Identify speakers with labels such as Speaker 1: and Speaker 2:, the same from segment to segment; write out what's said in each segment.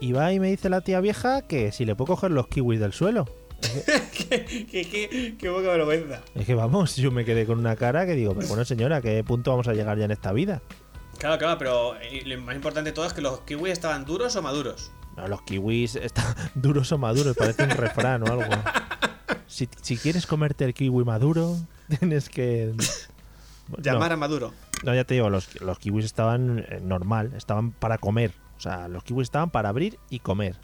Speaker 1: Y va y me dice la tía vieja que si le puedo coger los kiwis del suelo.
Speaker 2: qué, qué- qué- qué poca vergüenza.
Speaker 1: Es que vamos, yo me quedé con una cara que digo, pero bueno señora, ¿a qué punto vamos a llegar ya en esta vida?
Speaker 2: Claro, claro, pero eh, lo más importante de todo es que los kiwis estaban duros o maduros.
Speaker 1: No, los kiwis están duros o maduros, parece un refrán o algo. Si, si quieres comerte el kiwi maduro, tienes que... No,
Speaker 2: Llamar a Maduro.
Speaker 1: no, ya te digo, los, los kiwis estaban eh, normal, estaban para comer. O sea, los kiwis estaban para abrir y comer.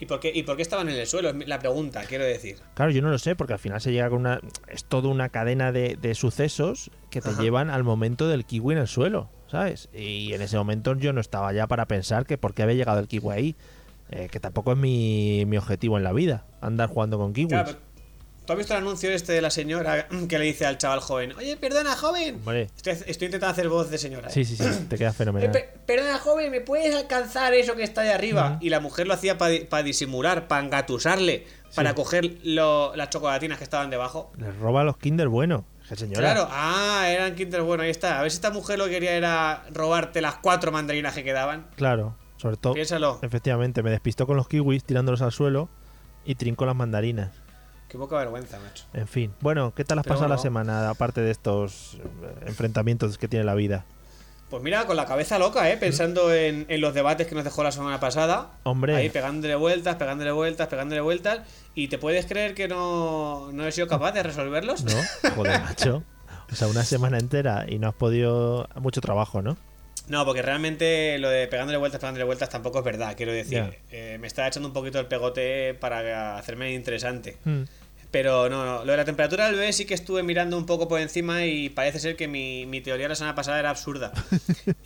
Speaker 2: ¿Y por, qué, ¿Y por qué estaban en el suelo? Es mi- la pregunta, quiero decir.
Speaker 1: Claro, yo no lo sé, porque al final se llega con una. Es toda una cadena de, de sucesos que te llevan al momento del kiwi en el suelo, ¿sabes? Y en ese momento yo no estaba ya para pensar que por qué había llegado el kiwi ahí, eh, que tampoco es mi, mi objetivo en la vida, andar jugando con kiwis.
Speaker 2: Claro, pero- ¿Tú has visto el anuncio este de la señora que le dice al chaval joven? Oye, perdona, joven.
Speaker 1: Hombre.
Speaker 2: Estoy, estoy intentando hacer voz de señora. ¿eh?
Speaker 1: Sí, eh. sí, sí, te queda
Speaker 2: "Oye,
Speaker 1: fenomenal.
Speaker 2: per- Eh, perdona, joven, ¿me puedes alcanzar eso que está de arriba? Y la mujer lo hacía para disimular, para engatusarle, para coger lo- las chocolatinas que estaban debajo.
Speaker 1: Les roba a los Kinder bueno. Que señora.
Speaker 2: Claro, ah, eran Kinder, bueno, ahí está. A ver si esta mujer lo que quería era robarte las cuatro mandarinas que quedaban.
Speaker 1: Claro, sobre todo.
Speaker 2: Piénsalo.
Speaker 1: Efectivamente, me despistó con los kiwis tirándolos al suelo y trincó las mandarinas.
Speaker 2: Qué poca vergüenza, macho.
Speaker 1: En fin. Bueno, ¿qué tal has
Speaker 2: Pero
Speaker 1: pasado la
Speaker 2: bueno.
Speaker 1: semana, aparte de estos eh, enfrentamientos que tiene la vida?
Speaker 2: Pues mira, con la cabeza loca, ¿eh? Pensando en, en los debates que nos dejó la semana pasada.
Speaker 1: Hombre.
Speaker 2: Ahí pegándole vueltas, pegándole vueltas, pegándole vueltas. ¿Y te puedes creer que no, no he sido capaz de resolverlos?
Speaker 1: ¿No? Joder, macho. O sea, una semana entera y no has podido. Mucho trabajo, ¿no?
Speaker 2: No, porque realmente lo de pegándole vueltas, pegándole vueltas tampoco es verdad, quiero decir.
Speaker 1: Ya.
Speaker 2: Eh, me está echando un poquito el pegote para hacerme interesante.
Speaker 1: Hmm.
Speaker 2: Pero no, no, lo de la temperatura del bebé sí que estuve mirando un poco por encima y parece ser que mi, mi teoría la semana pasada era absurda.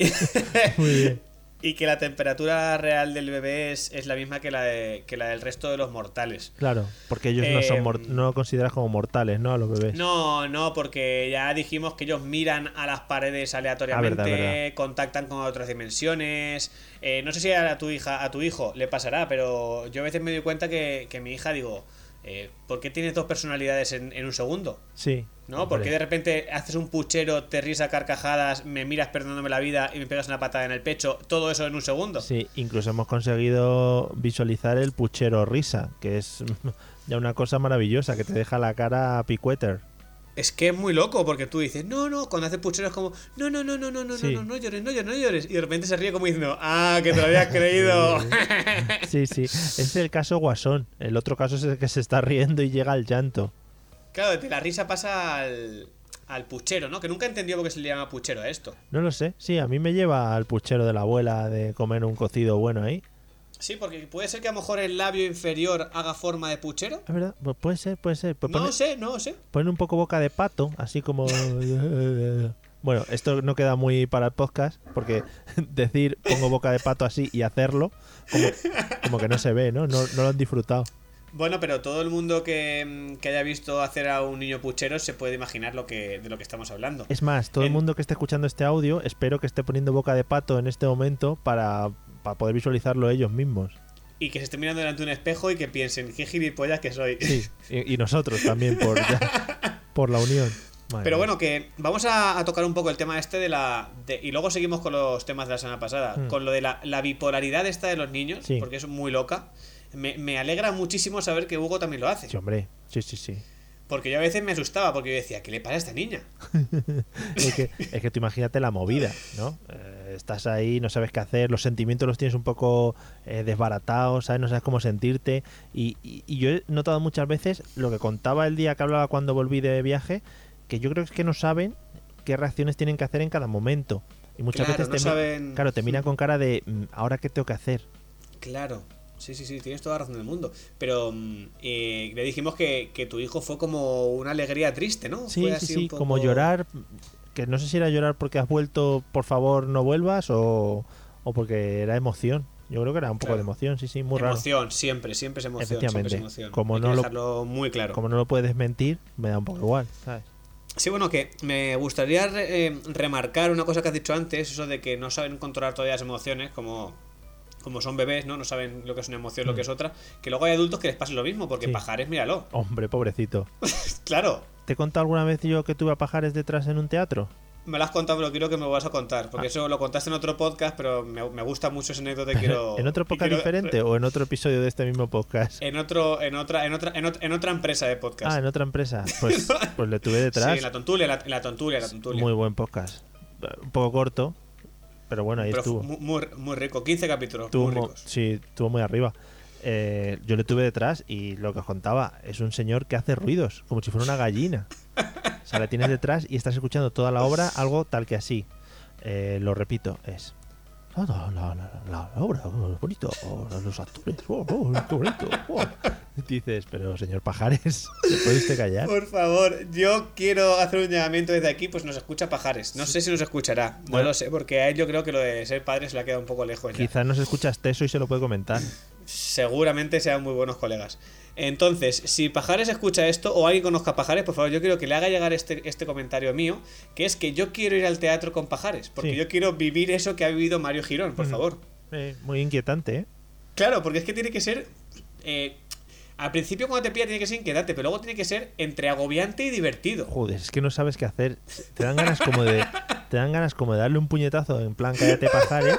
Speaker 1: Muy bien.
Speaker 2: y que la temperatura real del bebé es, es la misma que la, de- que la del resto de los mortales.
Speaker 1: Claro, porque ellos no son mor-
Speaker 2: Em,
Speaker 1: no lo consideras como mortales, ¿no? A los bebés.
Speaker 2: No, no, porque ya dijimos que ellos miran a las paredes aleatoriamente,
Speaker 1: Ah, verdad, verdad.
Speaker 2: contactan con otras dimensiones. Eh, no sé si a tu hija, a tu hijo le pasará, pero yo a veces me doy cuenta que, que mi hija digo, eh, ¿por qué tienes dos personalidades en, en un segundo?
Speaker 1: Sí.
Speaker 2: ¿No?
Speaker 1: Hombre.
Speaker 2: Porque de repente haces un puchero, te ríes a carcajadas, me miras perdonándome la vida y me pegas una patada en el pecho, todo eso en un segundo.
Speaker 1: Sí, incluso hemos conseguido visualizar el puchero risa, que es ya una cosa maravillosa que te deja la cara picueter.
Speaker 2: Es que es muy loco porque tú dices, no, no, cuando haces puchero es como, no, no, no, no, no, no,
Speaker 1: Sí.
Speaker 2: no, no, no llores, no llores, no llores. Y de repente se ríe como diciendo, ah, que te lo habías creído.
Speaker 1: Sí, sí. Es el caso guasón. El otro caso es el que se está riendo y llega al llanto.
Speaker 2: claro, de la risa pasa al, al puchero, ¿no? Que nunca entendió por qué se le llama puchero a esto.
Speaker 1: No lo sé. Sí, a mí me lleva al puchero de la abuela de comer un cocido bueno ahí.
Speaker 2: Sí, porque puede ser que a lo mejor el labio inferior haga forma de puchero.
Speaker 1: Es verdad, pues puede ser, puede ser. Pues pone-
Speaker 2: No sé, no sé.
Speaker 1: Ponen un poco boca de pato, así como... Bueno, esto no queda muy para el podcast, porque decir pongo boca de pato así y hacerlo, como, como que no se ve, ¿no? ¿no? No lo han disfrutado.
Speaker 2: Bueno, pero todo el mundo que, mm, que haya visto hacer a un niño puchero se puede imaginar lo que, de lo que estamos hablando.
Speaker 1: Es más, todo el
Speaker 2: En-
Speaker 1: mundo que esté escuchando este audio, espero que esté poniendo boca de pato en este momento para, para poder visualizarlo ellos mismos.
Speaker 2: Y que se esté mirando delante de un espejo y que piensen, qué gilipollas que soy.
Speaker 1: Sí, y, y nosotros también, por, ya- por la unión. Madre
Speaker 2: Pero
Speaker 1: mía.
Speaker 2: bueno, que vamos a, a tocar un poco el tema este de la... de- y luego seguimos con los temas de la semana pasada.
Speaker 1: Mm.
Speaker 2: Con lo de la, la bipolaridad esta de los niños,
Speaker 1: Sí.
Speaker 2: porque es muy loca. Me, me alegra muchísimo saber que Hugo también lo hace.
Speaker 1: Sí, hombre, sí, sí, sí.
Speaker 2: Porque yo a veces me asustaba, porque yo decía, ¿qué le pasa a esta niña?
Speaker 1: Es que, es que tú imagínate la movida, ¿no? Eh, estás ahí, no sabes qué hacer, los sentimientos los tienes un poco eh, desbaratados, ¿sabes? No sabes cómo sentirte. Y, y- y yo he notado muchas veces lo que contaba el día que hablaba cuando volví de viaje, que yo creo que es que no saben qué reacciones tienen que hacer en cada momento. Y muchas
Speaker 2: Claro,
Speaker 1: veces
Speaker 2: no
Speaker 1: te, mi-
Speaker 2: saben-
Speaker 1: claro, te miran con cara de, "Mm, ¿ahora qué tengo que hacer?
Speaker 2: Claro, sí, sí, sí, tienes toda la razón del mundo. Pero mm, eh, le dijimos que, que tu hijo fue como una alegría triste, ¿no?
Speaker 1: Sí,
Speaker 2: Fue
Speaker 1: sí,
Speaker 2: así
Speaker 1: sí,
Speaker 2: un poco-
Speaker 1: como llorar, que no sé si era llorar porque has vuelto, por favor no vuelvas, o, o porque era emoción. Yo creo que era un poco
Speaker 2: Claro.
Speaker 1: de emoción, sí, sí, muy raro.
Speaker 2: Emoción, siempre, siempre es emoción. Siempre es
Speaker 1: Efectivamente.
Speaker 2: emoción.
Speaker 1: Como
Speaker 2: Hay
Speaker 1: no
Speaker 2: que
Speaker 1: lo-
Speaker 2: dejarlo muy claro.
Speaker 1: Como no lo puedes mentir, me da un poco igual, ¿sabes?
Speaker 2: Sí, bueno, que me gustaría re- eh, remarcar una cosa que has dicho antes, eso de que no saben controlar todavía las emociones, como, como son bebés, ¿no? No saben lo que es una emoción, lo que es otra. Que luego hay adultos que les pasa lo mismo, porque
Speaker 1: Mm. Sí.
Speaker 2: pajares, míralo.
Speaker 1: Hombre, pobrecito.
Speaker 2: Claro,
Speaker 1: ¿Te he contado alguna vez yo que tuve a pajares detrás en un teatro?
Speaker 2: me lo has contado, pero quiero que me lo vas a contar, porque eso lo contaste en otro podcast, pero me, me gusta mucho ese anécdota y
Speaker 1: Ah.
Speaker 2: quiero...
Speaker 1: ¿En otro
Speaker 2: y
Speaker 1: podcast
Speaker 2: quiero-
Speaker 1: diferente o en otro episodio de este mismo podcast?
Speaker 2: En otro, en otra, en otra, en ot- en otra empresa de podcast.
Speaker 1: Ah, en otra empresa. Pues, pues le tuve
Speaker 2: sí,
Speaker 1: detrás.
Speaker 2: en la tontulia, la, en la tontulia, la tontulia.
Speaker 1: Muy buen podcast. Un poco corto, pero bueno, ahí
Speaker 2: Pero fu-
Speaker 1: estuvo.
Speaker 2: muy, muy- muy rico, 15 capítulos,
Speaker 1: Estuvo
Speaker 2: muy
Speaker 1: mo-
Speaker 2: ricos.
Speaker 1: sí, estuvo muy arriba. Eh, yo le tuve detrás y lo que os contaba es un señor que hace ruidos, como si fuera una gallina. O sea, la tienes detrás y estás escuchando toda la obra, algo tal que así. Eh, lo repito, es. La, la- la- la- la- la obra, oh, es bonito, oh, los actores, oh, oh, qué bonito. oh". Dices, pero señor Pajares, ¿se puede usted callar?
Speaker 2: Por favor, yo quiero hacer un llamamiento desde aquí, pues nos escucha Pajares. No sé si nos escuchará, no
Speaker 1: Bueno.
Speaker 2: lo sé, porque a él yo creo que lo de ser padre se le ha quedado un poco lejos. ya.
Speaker 1: Quizás nos escuchas eso y se lo puede comentar.
Speaker 2: Seguramente sean muy buenos colegas. Entonces, si Pajares escucha esto o alguien conozca a Pajares, por favor, yo quiero que le haga llegar este, este comentario mío, que es que yo quiero ir al teatro con Pajares, porque
Speaker 1: Sí.
Speaker 2: yo quiero vivir eso que ha vivido Mario Girón, por favor.
Speaker 1: Eh, muy inquietante, ¿eh?
Speaker 2: Claro, porque es que tiene que ser. eh, al principio, cuando te pilla, tiene que ser inquietante, pero luego tiene que ser entre agobiante y divertido.
Speaker 1: Joder, es que no sabes qué hacer. Te dan ganas como de. Te dan ganas como de darle un puñetazo en plan cállate pajares.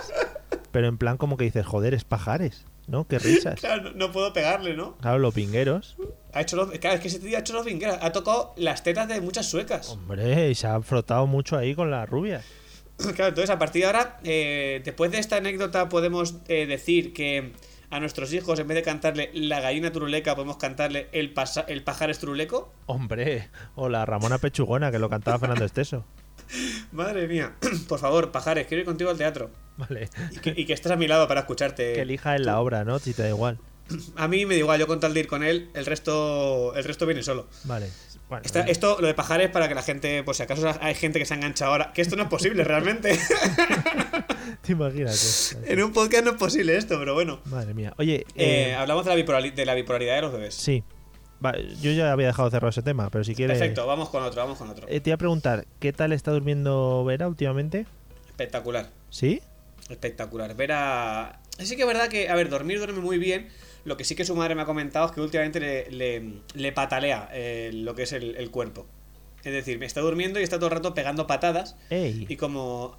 Speaker 1: Pero en plan como que dices, joder, es pajares, ¿no? Qué risas.
Speaker 2: Claro, no- no puedo pegarle, ¿no?
Speaker 1: Claro, los pingueros.
Speaker 2: Ha hecho los, claro, es que ese tío ha hecho los vingueras. Ha tocado las tetas de muchas suecas.
Speaker 1: Hombre, y se han frotado mucho ahí con las rubias.
Speaker 2: Claro, entonces a partir de ahora, eh, después de esta anécdota, podemos eh, decir que a nuestros hijos, en vez de cantarle la gallina turuleca, podemos cantarle el, pasa- el pajar estruleco.
Speaker 1: Hombre, o la Ramona Pechugona que lo cantaba Fernando Esteso.
Speaker 2: Madre mía, por favor, pajares, quiero ir contigo al teatro.
Speaker 1: Vale.
Speaker 2: Y que, y que estés a mi lado para
Speaker 1: Que
Speaker 2: escucharte.
Speaker 1: elija en la obra, ¿no? Si te da igual.
Speaker 2: A mí me da igual, yo con tal de ir con él, el resto, el resto viene solo.
Speaker 1: Vale. Bueno,
Speaker 2: Esta- esto, lo de pajares, para que la gente, por si acaso hay gente que se ha enganchado ahora, que esto no es posible realmente.
Speaker 1: te imaginas. eh.
Speaker 2: en un podcast no es posible esto, pero bueno.
Speaker 1: Madre mía. Oye,
Speaker 2: Eh,
Speaker 1: eh,
Speaker 2: hablamos de la, bipolari- de la bipolaridad de los bebés.
Speaker 1: sí. Va, yo ya había dejado cerrado ese tema, pero si quieres.
Speaker 2: Perfecto, vamos con otro, vamos con otro.
Speaker 1: Eh, te iba a preguntar, ¿qué tal está durmiendo Vera últimamente?
Speaker 2: Espectacular,
Speaker 1: ¿Sí?
Speaker 2: espectacular. Vera. Sí que es verdad que, a ver, dormir duerme muy bien. Lo que sí que su madre me ha comentado es que últimamente le, le- le patalea eh, lo que es el, el cuerpo. Es decir, me está durmiendo y está todo el rato pegando patadas. Y
Speaker 1: ¡Ey!
Speaker 2: como.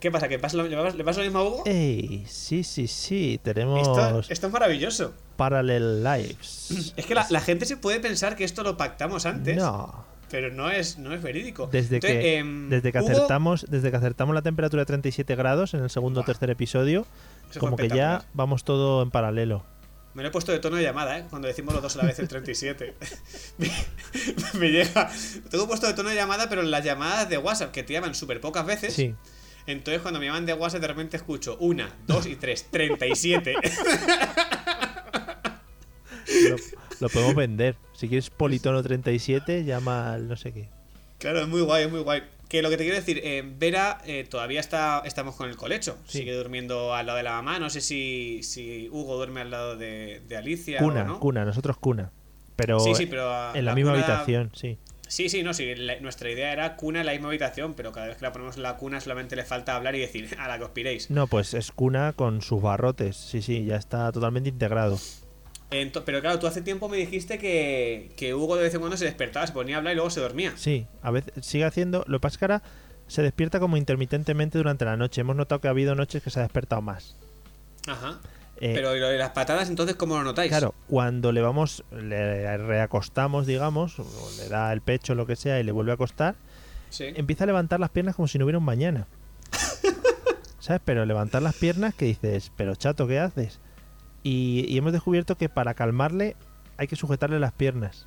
Speaker 2: ¿Qué pasa? ¿Que pasa lo- le, pasa, le pasa lo mismo a Hugo?
Speaker 1: ¡Ey! Sí, sí, sí.
Speaker 2: Esto,
Speaker 1: Tenemos
Speaker 2: esto es maravilloso.
Speaker 1: Parallel Lives.
Speaker 2: Es que la, la gente se puede pensar que esto lo pactamos antes.
Speaker 1: No.
Speaker 2: Pero no es, no es verídico.
Speaker 1: Desde
Speaker 2: Entonces,
Speaker 1: que,
Speaker 2: em,
Speaker 1: desde, que
Speaker 2: Hugo-
Speaker 1: acertamos, desde que acertamos la temperatura de 37 grados en el segundo o tercer episodio,
Speaker 2: Eso fue
Speaker 1: como que ya
Speaker 2: espectacular.
Speaker 1: vamos todo en paralelo.
Speaker 2: Me lo he puesto de tono de llamada, ¿eh? Cuando decimos los dos a la vez el 37. me, me llega. Tengo puesto de tono de llamada, pero en las llamadas de WhatsApp, que te llaman súper pocas veces.
Speaker 1: Sí.
Speaker 2: Entonces, cuando me llaman de WhatsApp, de repente escucho una, dos y tres, 37.
Speaker 1: Lo, lo podemos vender. Si quieres Politono 37, llama al no sé qué.
Speaker 2: claro, es muy guay, es muy guay. Que lo que te quiero decir, eh, Vera eh, todavía está, estamos con el colecho.
Speaker 1: Sí.
Speaker 2: Sigue durmiendo al lado de la mamá. No sé si, si Hugo duerme al lado de, de Alicia.
Speaker 1: Cuna,
Speaker 2: o no.
Speaker 1: cuna, nosotros cuna. Pero,
Speaker 2: Sí, sí, pero a-
Speaker 1: en la,
Speaker 2: la
Speaker 1: misma
Speaker 2: cuna-
Speaker 1: habitación, sí.
Speaker 2: Sí, sí, no, sí. la- nuestra idea era cuna en la misma habitación, pero cada vez que la ponemos en la cuna solamente le falta hablar y decir a la que os piréis.
Speaker 1: No, pues es cuna con sus barrotes. Sí, sí, ya está totalmente integrado.
Speaker 2: Ento- pero claro, tú hace tiempo me dijiste que, que Hugo de vez en cuando se despertaba, se ponía a hablar y luego se dormía.
Speaker 1: Sí, a veces sigue haciendo. Lo que pasa es que ahora se despierta como intermitentemente durante la noche. Hemos notado que ha habido noches que se ha despertado más.
Speaker 2: Ajá.
Speaker 1: Eh,
Speaker 2: pero ¿y lo de las patadas, entonces, ¿cómo lo notáis?
Speaker 1: Claro, cuando le vamos, le reacostamos, digamos, o le da el pecho, lo que sea, y le vuelve a acostar,
Speaker 2: Sí.
Speaker 1: empieza a levantar las piernas como si no hubiera un mañana. ¿Sabes? Pero levantar las piernas que dices, pero chato, ¿qué haces? Y, y hemos descubierto que para calmarle hay que sujetarle las piernas.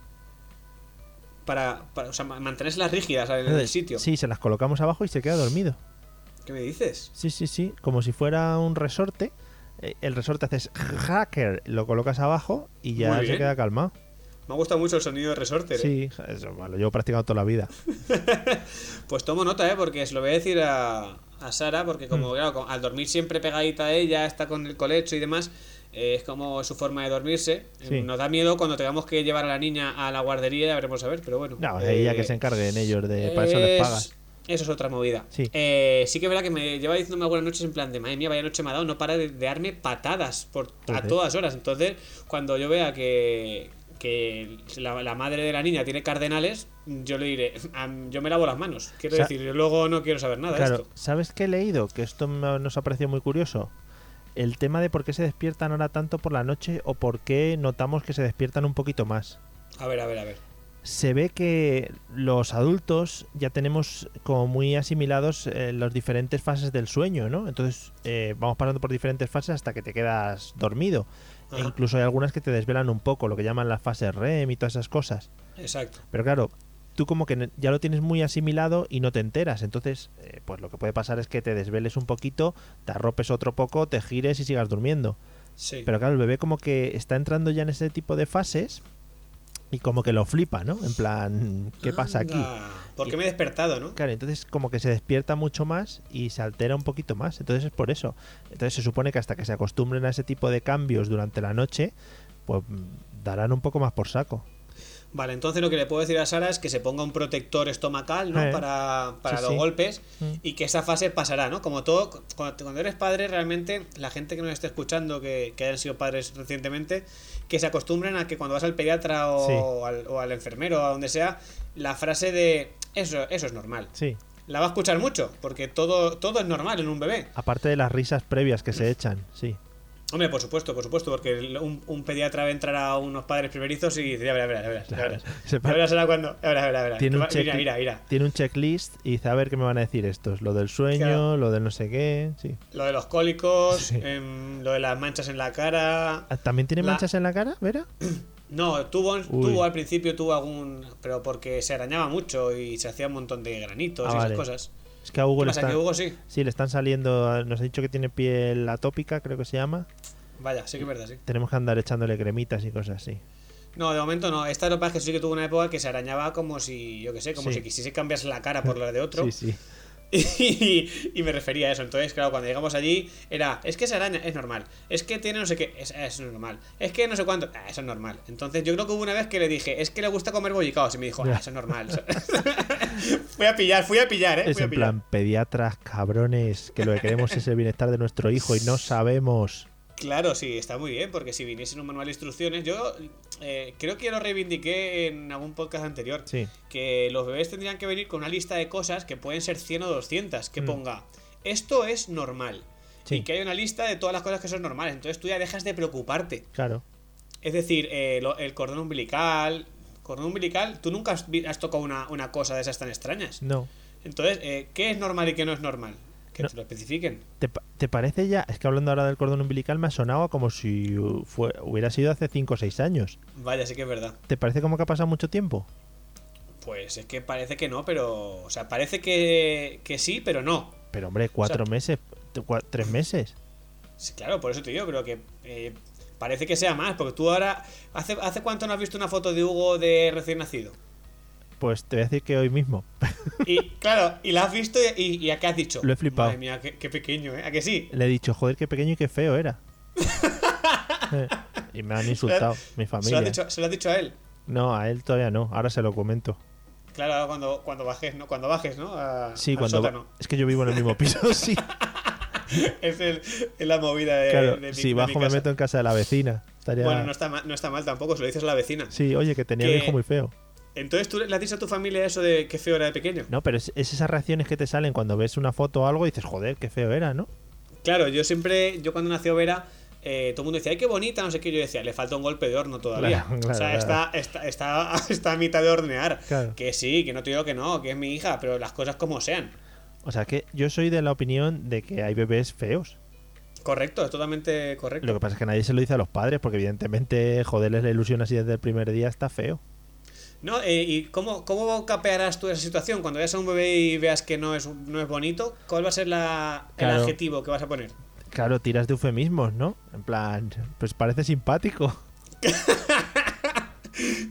Speaker 2: para, para o sea, ma- mantenerlas rígidas en el
Speaker 1: Entonces,
Speaker 2: sitio.
Speaker 1: Sí, se las colocamos abajo y se queda dormido.
Speaker 2: ¿Qué me dices?
Speaker 1: Sí, sí, sí. Como si fuera un resorte. Eh, El resorte haces hacker, lo colocas abajo y ya
Speaker 2: Muy
Speaker 1: se
Speaker 2: bien.
Speaker 1: queda calmado.
Speaker 2: Me ha gustado mucho el sonido de resorte. ¿eh?
Speaker 1: Sí, eso, bueno, lo llevo practicado toda la vida.
Speaker 2: Pues tomo nota, ¿eh? Porque se lo voy a decir a, a Sara, porque
Speaker 1: Mm.
Speaker 2: como, claro, co- al dormir siempre pegadita a ella, está con el colecho y demás, eh, es como su forma de dormirse.
Speaker 1: Sí.
Speaker 2: Eh, Nos da miedo cuando tengamos que llevar a la niña a la guardería, ya veremos a ver, pero bueno.
Speaker 1: No, ella
Speaker 2: Eh,
Speaker 1: que se encargue en ellos, de, para eso les
Speaker 2: es-
Speaker 1: pagas.
Speaker 2: Eso es otra movida.
Speaker 1: Sí.
Speaker 2: Eh, sí que es verdad que me lleva diciéndome algunas noches en plan de madre mía, vaya noche me ha dado, no para de, de darme patadas por, a
Speaker 1: Joder.
Speaker 2: todas horas. Entonces, cuando yo vea que, que la, la madre de la niña tiene cardenales, yo le diré, "Am, yo me lavo las manos. Quiero
Speaker 1: Sa-
Speaker 2: decir, yo luego no quiero saber nada de
Speaker 1: Claro,
Speaker 2: esto.
Speaker 1: ¿sabes qué he leído? Que esto me- nos ha parecido muy curioso. El tema de por qué se despiertan ahora tanto por la noche o por qué notamos que se despiertan un poquito más.
Speaker 2: A ver, a ver, a ver.
Speaker 1: Se ve que los adultos ya tenemos como muy asimilados eh, las diferentes fases del sueño, ¿no? Entonces eh, vamos pasando por diferentes fases hasta que te quedas dormido. E
Speaker 2: Ajá.
Speaker 1: incluso hay algunas que te desvelan un poco, lo que llaman las fases REM y todas esas cosas.
Speaker 2: Exacto.
Speaker 1: Pero claro, tú como que ne- ya lo tienes muy asimilado y no te enteras. Entonces, eh, pues lo que puede pasar es que te desveles un poquito, te arropes otro poco, te gires y sigas durmiendo.
Speaker 2: Sí.
Speaker 1: Pero claro, el bebé como que está entrando ya en ese tipo de fases y como que lo flipa, ¿no? En plan, ¿qué pasa aquí?
Speaker 2: Anda, ¿Por qué Ah, me he despertado, no?
Speaker 1: Claro, entonces como que se despierta mucho más y se altera un poquito más. Entonces es por eso. Entonces se supone que hasta que se acostumbren a ese tipo de cambios durante la noche, pues mm, darán un poco más por saco.
Speaker 2: Vale, entonces lo que le puedo decir a Sara es que se ponga un protector estomacal, ¿no?
Speaker 1: Eh.
Speaker 2: Para, para
Speaker 1: Sí,
Speaker 2: los
Speaker 1: sí.
Speaker 2: golpes
Speaker 1: Mm.
Speaker 2: y que esa fase pasará, ¿no? Como todo, cu- cuando, cuando eres padre, realmente la gente que nos esté escuchando, que, que hayan sido padres recientemente, que se acostumbren a que cuando vas al pediatra o,
Speaker 1: Sí.
Speaker 2: al, o al enfermero o a donde sea, la frase de eso, eso es normal.
Speaker 1: Sí.
Speaker 2: La va a escuchar mucho, porque todo, todo es normal en un bebé.
Speaker 1: Aparte de las risas previas que se echan, sí.
Speaker 2: Hombre, por supuesto, por supuesto, porque el- un, un pediatra va a entrar a unos padres primerizos y dice, ya verás, ya verás, ya verás, ya verás.
Speaker 1: Se
Speaker 2: Ya
Speaker 1: pa-
Speaker 2: verás ahora cuando... Ya verás, ya verás, ya verás.
Speaker 1: Tiene un,
Speaker 2: Va- Mira,
Speaker 1: check-
Speaker 2: mira, mira.
Speaker 1: tiene un checklist y dice, a ver qué me van a decir estos. Lo del sueño,
Speaker 2: Claro.
Speaker 1: lo del no sé qué, sí.
Speaker 2: Lo de los cólicos,
Speaker 1: Sí.
Speaker 2: em, lo de las manchas en la cara.
Speaker 1: Ah, ¿También tiene
Speaker 2: La-
Speaker 1: manchas en la cara, Vera?
Speaker 2: No, tuvo,
Speaker 1: Uy.
Speaker 2: tuvo al principio tuvo algún. Pero porque se arañaba mucho y se hacía un montón de granitos
Speaker 1: Ah,
Speaker 2: y
Speaker 1: vale.
Speaker 2: esas cosas.
Speaker 1: Es que a Hugo
Speaker 2: ¿Qué
Speaker 1: le
Speaker 2: pasa?
Speaker 1: está...
Speaker 2: Que Hugo sí.
Speaker 1: Sí, le están saliendo... Nos ha dicho que tiene piel atópica, creo que se llama.
Speaker 2: Vaya, sí que es verdad, sí.
Speaker 1: Tenemos que andar echándole cremitas y cosas así.
Speaker 2: No, de momento no. Esta lo que pasa es que sí que tuvo una época que se arañaba como si, yo qué sé, como
Speaker 1: Sí.
Speaker 2: si quisiese cambiarse la cara por la de otro. Eh,
Speaker 1: Sí, sí.
Speaker 2: Y, y me refería a eso. Entonces, claro, cuando llegamos allí, era, es que se araña, es normal. Es que tiene no sé qué, es, es normal. Es que no sé cuánto, ah, eso es normal. Entonces, yo creo que hubo una vez que le dije, es que le gusta comer bollicaos. Y me dijo, ah, eso es normal. fui a pillar, fui a pillar, eh.
Speaker 1: Es
Speaker 2: fui a
Speaker 1: en
Speaker 2: pillar.
Speaker 1: plan, pediatras, cabrones, que lo que queremos es el bienestar de nuestro hijo y no sabemos...
Speaker 2: Claro, sí, está muy bien, porque si viniese en un manual de instrucciones, yo eh, creo que ya lo reivindiqué en algún podcast anterior.
Speaker 1: Sí.
Speaker 2: que los bebés tendrían que venir con una lista de cosas que pueden ser 100 o 200, que ponga, esto es normal.
Speaker 1: Mm. Sí.
Speaker 2: Y que hay una lista de todas las cosas que son normales. Entonces tú ya dejas de preocuparte.
Speaker 1: Claro.
Speaker 2: Es decir, eh, lo- el cordón umbilical... Cordón umbilical, tú nunca has, vi- has tocado una, una cosa de esas tan extrañas.
Speaker 1: No.
Speaker 2: Entonces, eh, ¿qué es normal y qué no es normal? Que
Speaker 1: No.
Speaker 2: te lo especifiquen.
Speaker 1: ¿Te, pa- te parece ya? Es que hablando ahora del cordón umbilical me ha sonado como si uh, fue- hubiera sido hace 5 o 6 años.
Speaker 2: Vaya, sí que es verdad.
Speaker 1: ¿Te parece como que ha pasado mucho tiempo?
Speaker 2: Pues es que parece que no, pero... O sea, parece que, que sí, pero no.
Speaker 1: Pero hombre, cuatro meses, t- cua- tres meses.
Speaker 2: Sí, claro, por eso te digo, pero que eh, parece que sea más, porque tú ahora. ¿hace, ¿Hace cuánto no has visto una foto de Hugo de recién nacido?
Speaker 1: Pues te voy a decir que hoy mismo.
Speaker 2: Y claro, y la has visto y, y, y a qué has dicho.
Speaker 1: Lo he flipado.
Speaker 2: Madre mía, qué, qué pequeño, ¿eh? ¿A que sí?
Speaker 1: Le he dicho, joder, qué pequeño y qué feo era. Eh, y me han insultado, mi
Speaker 2: Se lo, has
Speaker 1: familia.
Speaker 2: dicho, se lo has dicho a él.
Speaker 1: No, a él todavía no, ahora se lo comento.
Speaker 2: Claro, ahora cuando, cuando bajes, ¿no? Cuando bajes, ¿no? A-
Speaker 1: Sí,
Speaker 2: al
Speaker 1: cuando...
Speaker 2: sótano.
Speaker 1: Es que yo vivo en el mismo piso, sí.
Speaker 2: Es, el- es la movida de.
Speaker 1: Claro,
Speaker 2: de mi-
Speaker 1: si
Speaker 2: de mi
Speaker 1: bajo me
Speaker 2: casa.
Speaker 1: meto en casa de la vecina. Estaría...
Speaker 2: Bueno, no está, mal, no está mal tampoco, se lo dices a la vecina.
Speaker 1: Sí, oye, que tenía
Speaker 2: Que-
Speaker 1: un hijo muy feo.
Speaker 2: Entonces tú le has dicho a tu familia eso de qué feo era de pequeño.
Speaker 1: No, pero es, es esas reacciones que te salen cuando ves una foto o algo y dices, joder, qué feo era, ¿no?
Speaker 2: Claro, yo siempre, yo cuando nació Vera, eh, todo el mundo decía, ay, qué bonita, no sé qué. Yo decía, le falta un golpe de horno todavía.
Speaker 1: Claro,
Speaker 2: o sea,
Speaker 1: claro, claro.
Speaker 2: Está, está, está, está a mitad de hornear.
Speaker 1: Claro.
Speaker 2: Que sí, que no te digo que no, que es mi hija, pero las cosas como sean.
Speaker 1: O sea que yo soy de la opinión de que hay bebés feos.
Speaker 2: Correcto, es totalmente correcto.
Speaker 1: Lo que pasa es que nadie se lo dice a los padres porque evidentemente joderles la ilusión así desde el primer día está feo.
Speaker 2: ¿No? Eh, ¿Y cómo, cómo capearás tú esa situación? Cuando veas a un bebé y veas que no es, no es bonito, ¿cuál va a ser la, el
Speaker 1: Claro.
Speaker 2: adjetivo que vas a poner?
Speaker 1: Claro, tiras de eufemismos, ¿no? En plan, pues parece simpático.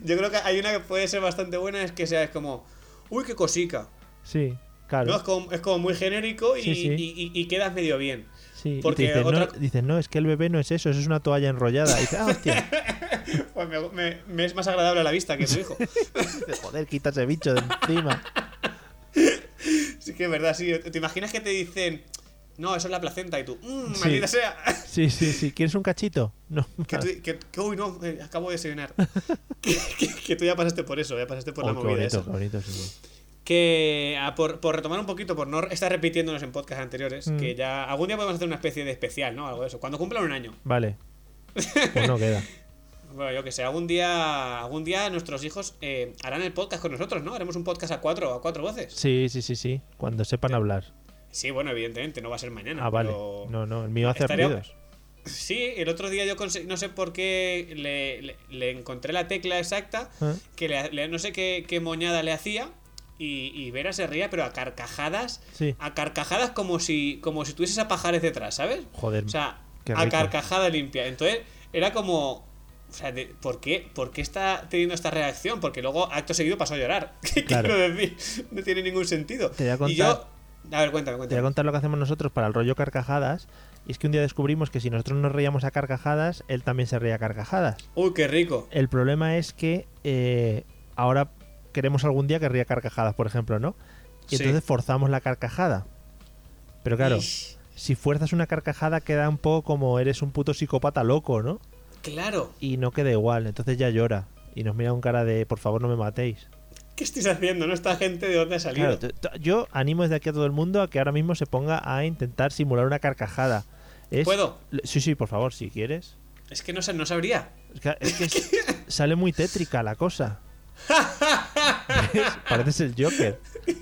Speaker 2: Yo creo que hay una que puede ser bastante buena, es que sea es como, uy, qué cosica.
Speaker 1: Sí, claro.
Speaker 2: ¿no? Es, como, es como muy genérico y,
Speaker 1: Sí, sí.
Speaker 2: y- y- y quedas medio bien.
Speaker 1: Sí, y
Speaker 2: Porque
Speaker 1: te dicen,
Speaker 2: otra-
Speaker 1: no, dices, no, es que el bebé no es eso, eso es una toalla enrollada. Y dices, ah, hostia,
Speaker 2: Pues me, me- me es más agradable a la vista que tu hijo.
Speaker 1: Dices, joder, quita ese bicho de encima.
Speaker 2: Sí que es verdad, sí. ¿Te imaginas que te dicen, no, eso es la placenta? Y tú, mmm,
Speaker 1: Sí.
Speaker 2: maldita sea.
Speaker 1: Sí, sí, sí, ¿quieres un cachito? No,
Speaker 2: Que, tú- que- que, uy, no, eh, acabo de desayunar. que, que- que tú ya pasaste por eso, ya pasaste por
Speaker 1: Oh,
Speaker 2: la
Speaker 1: qué
Speaker 2: movida
Speaker 1: bonito,
Speaker 2: esa.
Speaker 1: qué bonito, sí, sí.
Speaker 2: Que, ah, por, por retomar un poquito, por no estar repitiéndonos en podcasts anteriores,
Speaker 1: Mm.
Speaker 2: que ya algún día podemos hacer una especie de especial, ¿no? Algo de eso. Cuando cumplan un año.
Speaker 1: Vale. Pues no queda.
Speaker 2: Bueno, yo que sé, algún día, algún día nuestros hijos eh, harán el podcast con nosotros, ¿no? Haremos un podcast a cuatro, a cuatro voces.
Speaker 1: Sí, sí, sí, sí. Cuando sepan hablar.
Speaker 2: Sí, bueno, evidentemente, no va a ser mañana.
Speaker 1: Ah, vale.
Speaker 2: Eh, pero-
Speaker 1: No, no, el mío hace
Speaker 2: Estaría-
Speaker 1: ruidos.
Speaker 2: Sí, el otro día yo conseguí, no sé por qué le, le- le encontré la tecla exacta,
Speaker 1: Ah.
Speaker 2: que le, le- no sé qué, qué moñada le hacía, y, y Vera se ría, pero a carcajadas,
Speaker 1: Sí.
Speaker 2: a carcajadas como si, como si tuvieses a pajares detrás, ¿sabes?
Speaker 1: Joder,
Speaker 2: O sea,
Speaker 1: qué
Speaker 2: a
Speaker 1: rico.
Speaker 2: carcajada limpia. Entonces, era como... O sea, de- ¿por, qué, ¿por qué está teniendo esta reacción? Porque luego, acto seguido, pasó a llorar. ¿Qué
Speaker 1: Claro.
Speaker 2: quiero decir? No tiene ningún sentido.
Speaker 1: Te voy a
Speaker 2: Y
Speaker 1: contar-
Speaker 2: yo... A ver,
Speaker 1: Te
Speaker 2: cuéntame,
Speaker 1: voy a
Speaker 2: cuéntame.
Speaker 1: contar lo que hacemos nosotros para el rollo carcajadas. Y es que un día descubrimos que si nosotros nos reíamos a carcajadas, él también se reía a carcajadas.
Speaker 2: Uy, qué rico.
Speaker 1: El problema es que eh, ahora queremos algún día que ría carcajadas, por ejemplo, ¿no? Y
Speaker 2: Sí.
Speaker 1: entonces forzamos la carcajada. Pero claro,
Speaker 2: Ish,
Speaker 1: si fuerzas una carcajada queda un poco como eres un puto psicópata loco, ¿no?
Speaker 2: Claro.
Speaker 1: Y no queda igual, entonces ya llora. Y nos mira con cara de, por favor, no me matéis.
Speaker 2: ¿Qué estáis haciendo? ¿No? Esta gente de dónde ha
Speaker 1: Claro,
Speaker 2: salido.
Speaker 1: t- t- yo animo desde aquí a todo el mundo a que ahora mismo se ponga a intentar simular una carcajada. Es-
Speaker 2: ¿Puedo?
Speaker 1: l- Sí, sí, por favor, si quieres.
Speaker 2: Es que no, sa- no sabría.
Speaker 1: Es que, es que es- sale muy tétrica la cosa. Pareces el Joker.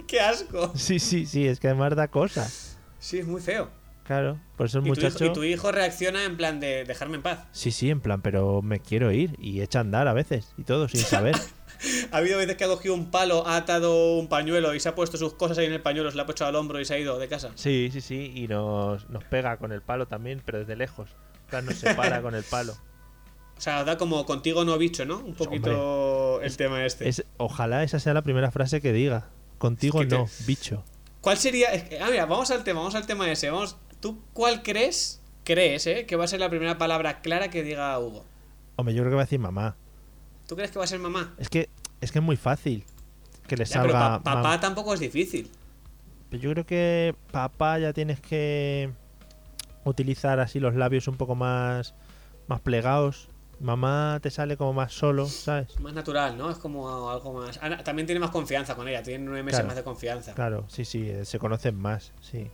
Speaker 2: ¡Qué asco!
Speaker 1: Sí, sí, sí, es que además da cosa.
Speaker 2: Sí, es muy feo.
Speaker 1: Claro, por eso el
Speaker 2: Y tu, hijo,
Speaker 1: muchacho.
Speaker 2: y tu hijo reacciona en plan de dejarme en paz.
Speaker 1: Sí, sí, en plan, pero me quiero ir. Y echa a andar a veces y todo, sin saber.
Speaker 2: Ha habido veces que ha cogido un palo, ha atado un pañuelo y se ha puesto sus cosas ahí en el pañuelo, se la ha puesto al hombro y se ha ido de casa.
Speaker 1: Sí, sí, sí, y nos, nos pega con el palo también, pero desde lejos. Claro, nos separa con el palo.
Speaker 2: O sea, da como contigo no bicho, ¿no? Un poquito el tema este.
Speaker 1: Pues, Es, ojalá esa sea la primera frase que diga. Contigo
Speaker 2: Es que te-
Speaker 1: no, bicho.
Speaker 2: ¿Cuál sería? es que- ah, mira, vamos al tema, vamos al tema ese. Vamos. ¿Tú cuál crees? ¿Crees, eh? Que va a ser la primera palabra clara que diga Hugo.
Speaker 1: Hombre, yo creo que va a decir mamá.
Speaker 2: ¿Tú crees que va a ser mamá?
Speaker 1: Es que es que es muy fácil que le
Speaker 2: Ya, pero
Speaker 1: salga.
Speaker 2: pa- papá
Speaker 1: mam-
Speaker 2: tampoco es difícil.
Speaker 1: Pero Pues yo creo que papá ya tienes que utilizar así los labios un poco más, más plegados. Mamá te sale como más solo, ¿sabes?
Speaker 2: Más natural, ¿no? Es como algo más. Ana- también tiene más confianza con ella, tiene nueve meses
Speaker 1: Claro.
Speaker 2: más de confianza.
Speaker 1: Claro, sí, sí, eh, se conocen más, sí.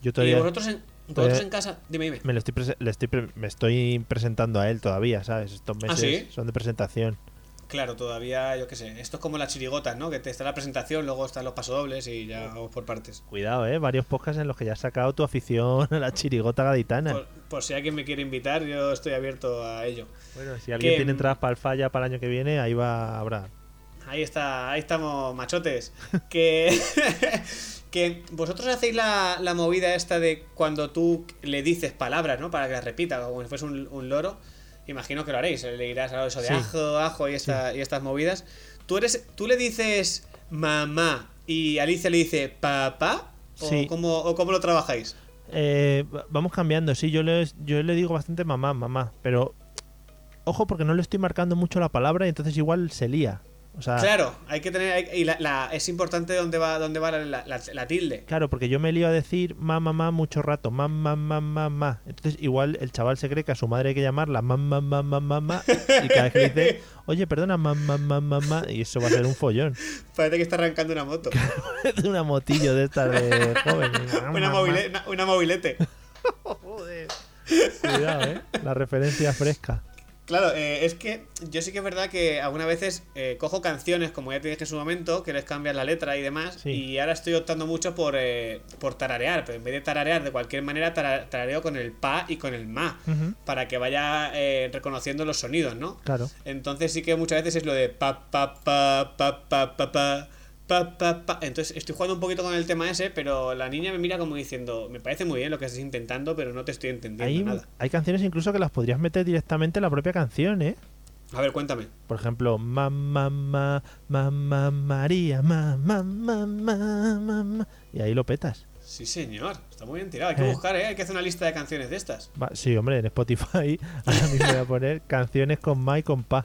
Speaker 1: Yo
Speaker 2: Y
Speaker 1: todavía
Speaker 2: vosotros en, vosotros en casa, dime, dime.
Speaker 1: me, lo estoy prese- le estoy pre- me estoy presentando a él todavía, ¿sabes? Estos meses
Speaker 2: ¿Ah, sí?
Speaker 1: son de presentación.
Speaker 2: Claro, todavía, yo qué sé. Esto es como las chirigotas, ¿no? Que te está la presentación, luego están los pasodobles y ya vamos por partes.
Speaker 1: Cuidado, ¿eh? Varios podcasts en los que ya has sacado tu afición a la chirigota gaditana.
Speaker 2: Por, por si alguien me quiere invitar, yo estoy abierto a ello.
Speaker 1: bueno, si alguien
Speaker 2: que,
Speaker 1: tiene
Speaker 2: mm,
Speaker 1: entradas para el falla para el año que viene, ahí va habrá.
Speaker 2: Ahí está, ahí estamos, machotes. Que, que vosotros hacéis la, la movida esta de cuando tú le dices palabras, ¿no? Para que las repita, como si fuese un, un loro. Imagino que lo haréis, le dirás algo de eso de
Speaker 1: Sí.
Speaker 2: ajo, ajo y, esta- y estas movidas. ¿Tú, eres, ¿Tú le dices mamá y Alicia le dice papá? ¿O,
Speaker 1: Sí.
Speaker 2: cómo, ¿O cómo lo trabajáis?
Speaker 1: Eh, va- vamos cambiando, sí, yo le, yo le digo bastante mamá, mamá, pero ojo porque no le estoy marcando mucho la palabra y entonces igual se lía. O sea,
Speaker 2: Claro, hay que tener... hay- y la- la- es importante dónde va, dónde va la, la- la tilde.
Speaker 1: claro, porque yo me lío a decir mamá, mamá mucho rato, mamá, mamá, mamá. Entonces igual el chaval se cree que a su madre hay que llamarla mamá, mamá, mamá, mamá. Y cada vez que le dice, oye, perdona, mamá, mamá, mamá, y eso va a ser un follón.
Speaker 2: Parece que está arrancando una moto.
Speaker 1: de una motillo de esta de joven.
Speaker 2: una,
Speaker 1: Mamá.
Speaker 2: movile- una- una movilete.
Speaker 1: Cuidado, ¿eh? La referencia fresca.
Speaker 2: Claro, eh, es que yo sí que es verdad que algunas veces eh, cojo canciones, como ya te dije en su momento, que les cambias la letra y demás,
Speaker 1: Sí.
Speaker 2: y ahora estoy optando mucho por, eh, por tararear, pero en vez de tararear de cualquier manera, tara- tarareo con el pa y con el ma,
Speaker 1: Ujú.
Speaker 2: para que vaya eh, reconociendo los sonidos, ¿no?
Speaker 1: Claro.
Speaker 2: Entonces sí que muchas veces es lo de pa pa pa pa pa pa pa pa pa pa. Entonces estoy jugando un poquito con el tema ese, pero la niña me mira como diciendo, me parece muy bien lo que estás intentando, pero no te estoy entendiendo
Speaker 1: Hay,
Speaker 2: nada.
Speaker 1: hay canciones incluso que las podrías meter directamente en la propia canción, ¿eh?
Speaker 2: A ver, cuéntame.
Speaker 1: Por ejemplo, mamá, mamá, mamá, María, mamá, mamá, mamá. Y ahí lo petas.
Speaker 2: Sí, señor. Está muy bien tirado. Hay que
Speaker 1: Eh.
Speaker 2: buscar, ¿eh? Hay que hacer una lista de canciones de estas.
Speaker 1: Va- Sí, hombre, en Spotify ahora mismo voy a poner canciones con ma y con pa.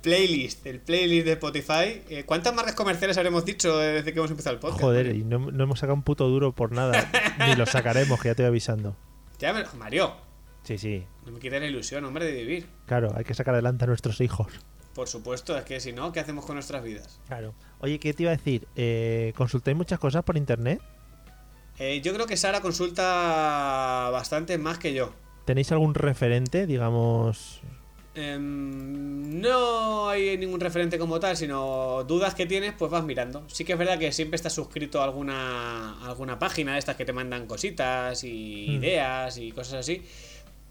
Speaker 2: Playlist, el playlist de Spotify. Eh, ¿Cuántas marcas comerciales habremos dicho eh, desde que hemos empezado el podcast?
Speaker 1: Joder, y no, no hemos sacado un puto duro por nada. Ni lo sacaremos, que ya te voy avisando.
Speaker 2: Ya me... Mario,
Speaker 1: Sí, sí.
Speaker 2: no me quites la ilusión, hombre, de vivir.
Speaker 1: Claro, hay que sacar adelante a nuestros hijos.
Speaker 2: Por supuesto, es que si no, ¿qué hacemos con nuestras vidas?
Speaker 1: Claro. Oye, ¿qué te iba a decir? Eh, ¿Consultáis muchas cosas por internet?
Speaker 2: Eh, yo creo que Sara consulta bastante más que yo.
Speaker 1: ¿Tenéis algún referente, digamos?
Speaker 2: Em, no hay ningún referente como tal, sino dudas que tienes, pues vas mirando. Sí que es verdad que siempre estás suscrito a alguna, a alguna página de estas que te mandan cositas y
Speaker 1: Mm.
Speaker 2: ideas y cosas así.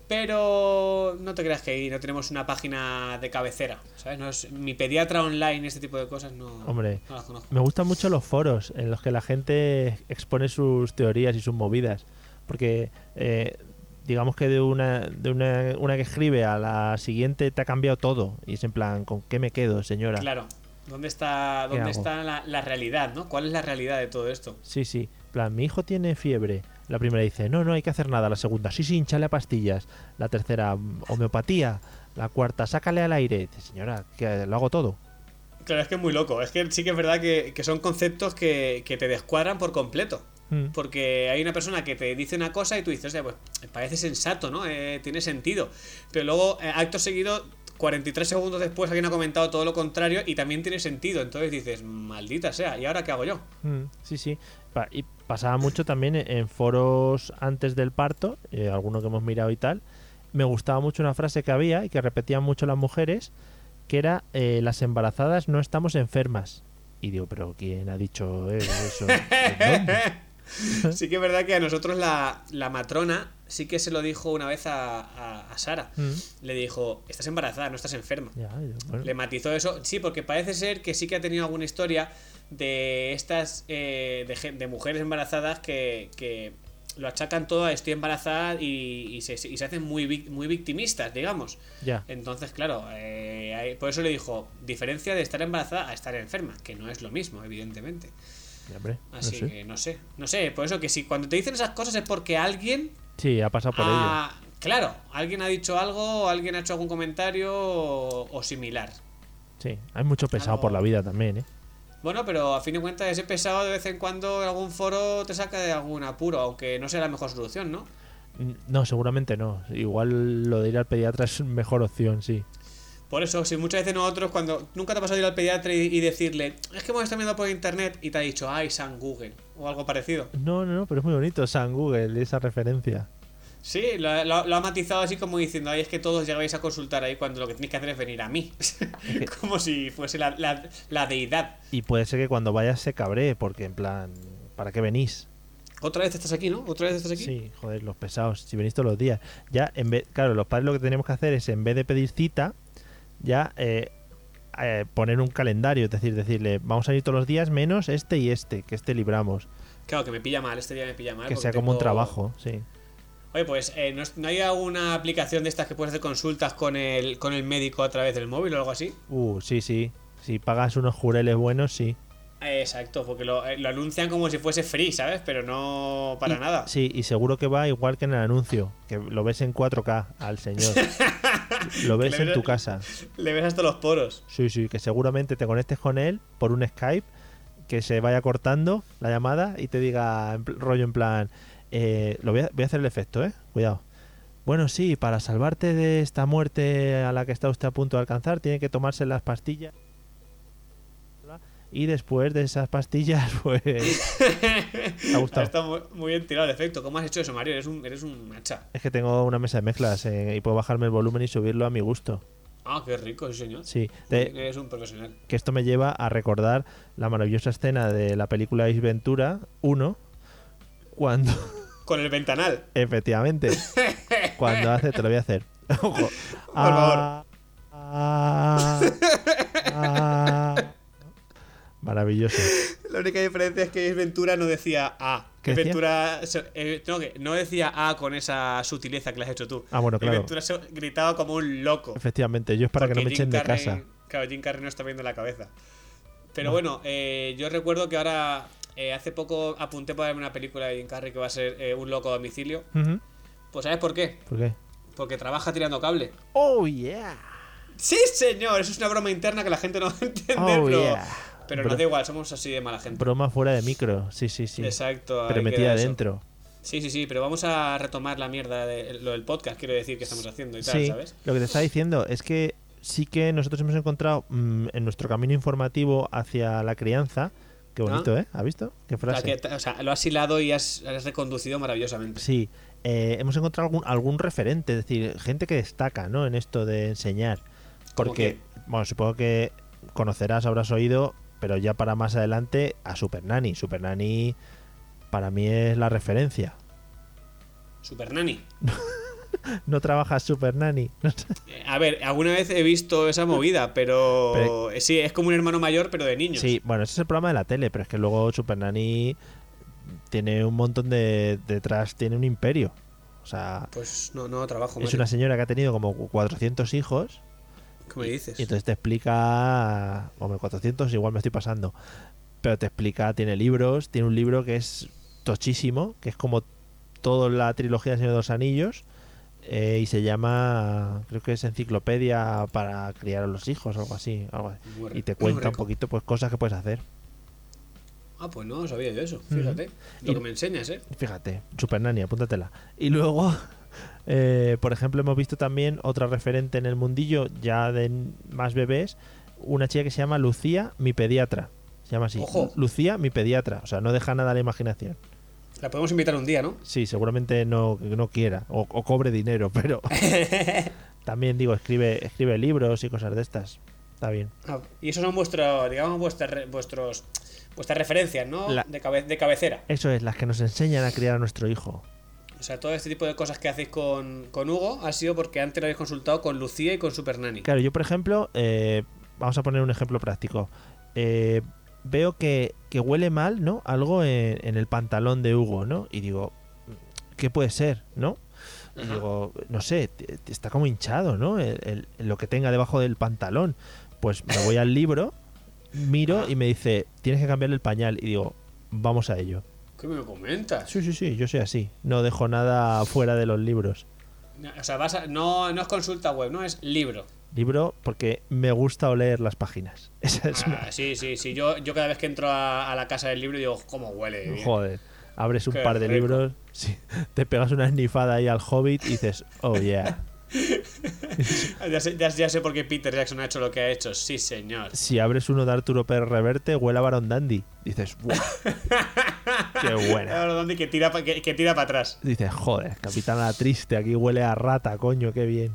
Speaker 2: Pero no te creas que ahí no tenemos una página de cabecera, ¿sabes? No es- mi pediatra online, este tipo de cosas, no,
Speaker 1: Hombre.
Speaker 2: no las conozco.
Speaker 1: Me gustan mucho los foros en los que la gente expone sus teorías y sus movidas. Porque eh, digamos que de una, de una, una que escribe a la siguiente te ha cambiado todo. Y es en plan, ¿con qué me quedo, señora?
Speaker 2: Claro. ¿Dónde está,
Speaker 1: ¿Qué
Speaker 2: dónde
Speaker 1: hago?
Speaker 2: está la, la realidad, no? ¿Cuál es la realidad de todo esto?
Speaker 1: Sí, sí. En plan, mi hijo tiene fiebre. La primera dice, no, no hay que hacer nada. La segunda, sí, sí, hinchale a pastillas. La tercera, mm, homeopatía. La cuarta, sácale al aire. Dice, señora, que lo hago todo.
Speaker 2: Claro, es que es muy loco. Es que sí que es verdad que, que son conceptos que, que te descuadran por completo.
Speaker 1: Mm.
Speaker 2: Porque hay una persona que te dice una cosa y tú dices, "Hostia, pues parece sensato, ¿no? Eh, tiene sentido. Pero luego, eh, acto seguido, 43 segundos después, alguien ha comentado todo lo contrario y también tiene sentido. Entonces dices, maldita sea, ¿y ahora qué hago yo?
Speaker 1: Mm, sí, sí. Pa- y pasaba mucho también e, en- en foros antes del parto, eh, alguno que hemos mirado y tal. Me gustaba mucho una frase que había y que repetían mucho las mujeres, que era, eh, las embarazadas no estamos enfermas. Y digo, pero ¿quién ha dicho eh, eso? ¿Dónde?
Speaker 2: sí que es verdad que a nosotros la, la matrona sí que se lo dijo una vez a, a- a Sara.
Speaker 1: Mm.
Speaker 2: Le dijo, estás embarazada, no estás enferma.
Speaker 1: Ya, yo, bueno.
Speaker 2: Le matizó eso. Sí, porque parece ser que sí que ha tenido alguna historia de estas. eh, de, gen- de mujeres embarazadas que, que lo achacan todo a estoy embarazada y, y se, y se hacen muy, vic- muy victimistas, digamos.
Speaker 1: Ya.
Speaker 2: Entonces, claro, eh, ahí- por eso le dijo: diferencia de estar embarazada a estar enferma, que no es lo mismo, evidentemente.
Speaker 1: Hombre, no
Speaker 2: Así
Speaker 1: sé.
Speaker 2: que no sé. No sé, por eso que si cuando te dicen esas cosas es porque alguien
Speaker 1: Sí, ha pasado por ello.
Speaker 2: ha- Claro, alguien ha dicho algo, o alguien ha hecho algún comentario o- o similar.
Speaker 1: Sí, hay mucho pesado
Speaker 2: algo-
Speaker 1: por la vida también, ¿eh?
Speaker 2: Bueno, pero a fin de cuentas ese pesado de vez en cuando en algún foro te saca de algún apuro, aunque no sea la mejor solución, ¿no?
Speaker 1: Mm, No, seguramente no. Igual lo de ir al pediatra es mejor opción, sí.
Speaker 2: Por eso, si muchas veces nosotros, cuando nunca te ha pasado ir al pediatra y, y decirle, es que hemos estado viendo por internet y te ha dicho, ay, San Google, o algo parecido.
Speaker 1: No, no, no, pero es muy bonito San Google, esa referencia.
Speaker 2: Sí, lo, lo- lo ha matizado así como diciendo, ay, es que todos llegáis a consultar ahí cuando lo que tenéis que hacer es venir a mí. como si fuese la, la- la deidad.
Speaker 1: Y puede ser que cuando vayas se cabree, porque en plan, ¿para qué venís?
Speaker 2: Otra vez estás aquí, ¿no? Otra vez estás aquí.
Speaker 1: Sí, joder, los pesados, si venís todos los días. Ya, en vez, claro, los padres lo que tenemos que hacer es, en vez de pedir cita, ya eh, eh, poner un calendario, es decir, decirle, vamos a ir todos los días menos este y este, que este libramos,
Speaker 2: Claro, que me pilla mal, este día me pilla mal.
Speaker 1: que
Speaker 2: Ah, porque
Speaker 1: sea como un
Speaker 2: tengo-
Speaker 1: trabajo, sí.
Speaker 2: Oye, pues eh, ¿no, es- no hay alguna aplicación de estas que puedes hacer consultas con el, con el médico a través del móvil o algo así?
Speaker 1: Uh, sí, sí. Si pagas unos jureles buenos, sí.
Speaker 2: Eh, Exacto, porque lo, eh, lo anuncian como si fuese free, ¿sabes? Pero no para
Speaker 1: Y-
Speaker 2: nada.
Speaker 1: Ah, Sí, y seguro que va igual que en el anuncio, que lo ves en 4K al señor. lo ves
Speaker 2: Que le
Speaker 1: en tu
Speaker 2: ves-
Speaker 1: casa.
Speaker 2: Le ves hasta los poros.
Speaker 1: Sí, sí, que seguramente te conectes con él por un Skype, que se vaya cortando la llamada y te diga en pl- rollo en plan, eh, lo voy a, voy a hacer el efecto, ¿eh? Cuidado. Bueno, sí, para salvarte de esta muerte a la que está usted a punto de alcanzar, tiene que tomarse las pastillas. Y después de esas pastillas, pues... ¿Te ha gustado?
Speaker 2: Está muy, muy bien tirado el efecto. ¿Cómo has hecho eso, Mario? Eres un, eres un hacha.
Speaker 1: Es que tengo una mesa de mezclas eh, y puedo bajarme el volumen y subirlo a mi gusto.
Speaker 2: Ah, qué rico, sí, señor.
Speaker 1: Sí, de-
Speaker 2: Eres un profesional.
Speaker 1: que esto me lleva a recordar la maravillosa escena de la película Ace Ventura 1, cuando,
Speaker 2: Con el ventanal.
Speaker 1: efectivamente, cuando hace, te lo voy a hacer. Ojo. Ah, Por
Speaker 2: favor.
Speaker 1: ah, maravilloso.
Speaker 2: La única diferencia es que Ventura no decía A.
Speaker 1: ¿Qué
Speaker 2: Es
Speaker 1: decía?
Speaker 2: Ventura se- eh, no, que no decía A con esa sutileza que le has hecho tú.
Speaker 1: Ah, bueno,
Speaker 2: Es
Speaker 1: claro.
Speaker 2: Ventura se gritaba como un loco.
Speaker 1: Efectivamente, yo es para que no
Speaker 2: Porque
Speaker 1: me echen
Speaker 2: Jim
Speaker 1: de
Speaker 2: Carrey-
Speaker 1: casa.
Speaker 2: Claro, Jim Carrey no está viendo la cabeza. Pero bueno, eh, yo recuerdo que ahora, eh, hace poco apunté para verme una película de Jim Carrey que va a ser eh, Un loco a domicilio.
Speaker 1: Ujú,
Speaker 2: Pues ¿sabes por qué?
Speaker 1: ¿Por qué?
Speaker 2: Porque trabaja tirando cable.
Speaker 1: Oh, yeah.
Speaker 2: Sí, señor, eso es una broma interna que la gente no va a entender,
Speaker 1: Oh,
Speaker 2: pero,
Speaker 1: yeah.
Speaker 2: pero no
Speaker 1: Bro-
Speaker 2: da igual, somos así de mala gente.
Speaker 1: Broma fuera de micro, sí, sí, sí.
Speaker 2: Exacto,
Speaker 1: Pero
Speaker 2: ahí queda
Speaker 1: metida
Speaker 2: eso.
Speaker 1: adentro.
Speaker 2: Sí, sí, sí, pero vamos a retomar la mierda de lo del podcast, quiero decir, que estamos haciendo y tal,
Speaker 1: Sí,
Speaker 2: ¿sabes?
Speaker 1: lo que te estaba diciendo es que sí que nosotros hemos encontrado mm, en nuestro camino informativo hacia la crianza. Qué bonito, ¿eh? ¿Has visto? Qué
Speaker 2: Ah. O sea,
Speaker 1: frase.
Speaker 2: que- o sea, lo has hilado y has, has reconducido maravillosamente.
Speaker 1: Sí, eh, hemos encontrado algún, algún referente, es decir, gente que destaca, ¿no? En esto de enseñar. Porque, bueno, supongo que conocerás, habrás oído, pero ya para más adelante a Super Nani. Super Nani para mí es la referencia.
Speaker 2: Super Nani.
Speaker 1: No trabajas Super Nani.
Speaker 2: Eh, A ver, alguna vez he visto esa movida, pero,
Speaker 1: Pero-
Speaker 2: eh, sí, es como un hermano mayor, pero de niños.
Speaker 1: Sí, bueno, ese es el programa de la tele, pero es que luego Super Nani tiene un montón de detrás, tiene un imperio. O sea,
Speaker 2: Pues no, no trabajo
Speaker 1: es
Speaker 2: Mario.
Speaker 1: una señora que ha tenido como 400 hijos
Speaker 2: ¿Qué me dices?
Speaker 1: y entonces te explica, hombre, 400 igual me estoy pasando, pero te explica, tiene libros, tiene un libro que es tochísimo, que es como toda la trilogía del Señor de los Anillos eh, y se llama, creo que es enciclopedia para criar a los hijos, algo así, algo así.
Speaker 2: Muy rico,
Speaker 1: y te
Speaker 2: muy
Speaker 1: cuenta un
Speaker 2: rico.
Speaker 1: poquito pues cosas que puedes hacer.
Speaker 2: Ah, pues no sabía yo eso, fíjate. Lo
Speaker 1: Y-
Speaker 2: que me enseñas, ¿eh?
Speaker 1: Fíjate, Supernani, apúntatela. Y luego, eh, por ejemplo, hemos visto también otra referente en el mundillo, ya de n- más bebés, una chica que se llama Lucía, mi pediatra. Se llama así.
Speaker 2: Ojo.
Speaker 1: Lucía, mi pediatra. O sea, no deja nada a la imaginación.
Speaker 2: La podemos invitar un día, ¿no?
Speaker 1: Sí, seguramente no, no quiera o, o cobre dinero, pero también digo, escribe, escribe libros y cosas de estas. Está bien.
Speaker 2: Ah, y esos son vuestros, digamos, vuestras, re- vuestros, vuestras referencias, ¿no?
Speaker 1: La-
Speaker 2: De, cabe- de cabecera.
Speaker 1: Eso es, las que nos enseñan a criar a nuestro hijo.
Speaker 2: O sea, todo este tipo de cosas que hacéis con, con Hugo ha sido porque antes lo habéis consultado con Lucía y con Super Nani.
Speaker 1: Claro, yo por ejemplo, eh, vamos a poner un ejemplo práctico. Eh, veo que, que huele mal, ¿no? Algo en, en el pantalón de Hugo, ¿no? Y digo, ¿qué puede ser, no? Y digo, no sé, t- t- está como hinchado, ¿no? El- el- lo que tenga debajo del pantalón. Pues me voy al libro, miro y me dice, tienes que cambiarle el pañal. Y digo, vamos a ello.
Speaker 2: ¿Qué me comentas?
Speaker 1: Sí, sí, sí, yo soy así. No dejo nada fuera de los libros.
Speaker 2: No, O sea, vas a- no, no es consulta web, no es libro.
Speaker 1: Libro porque me gusta oler las páginas. Esa es una-
Speaker 2: Ah, sí, sí, sí. Yo, yo cada vez que entro a, a la casa del libro digo, ¿cómo huele? bien".
Speaker 1: Joder, abres un
Speaker 2: Qué
Speaker 1: par de
Speaker 2: rico.
Speaker 1: libros, sí, te pegas una esnifada ahí al hobbit y dices, oh yeah.
Speaker 2: Ya, sé, ya- ya sé por qué Peter Jackson ha hecho lo que ha hecho. Sí, señor.
Speaker 1: Si abres uno de Arturo Pérez Reverte, huele a Baron Dandy. Dices, wow, qué buena.
Speaker 2: Ahora, ¿dónde? Que tira, pa- que, que tira para atrás.
Speaker 1: Dices, joder, capitana triste, aquí huele a rata, coño, qué bien.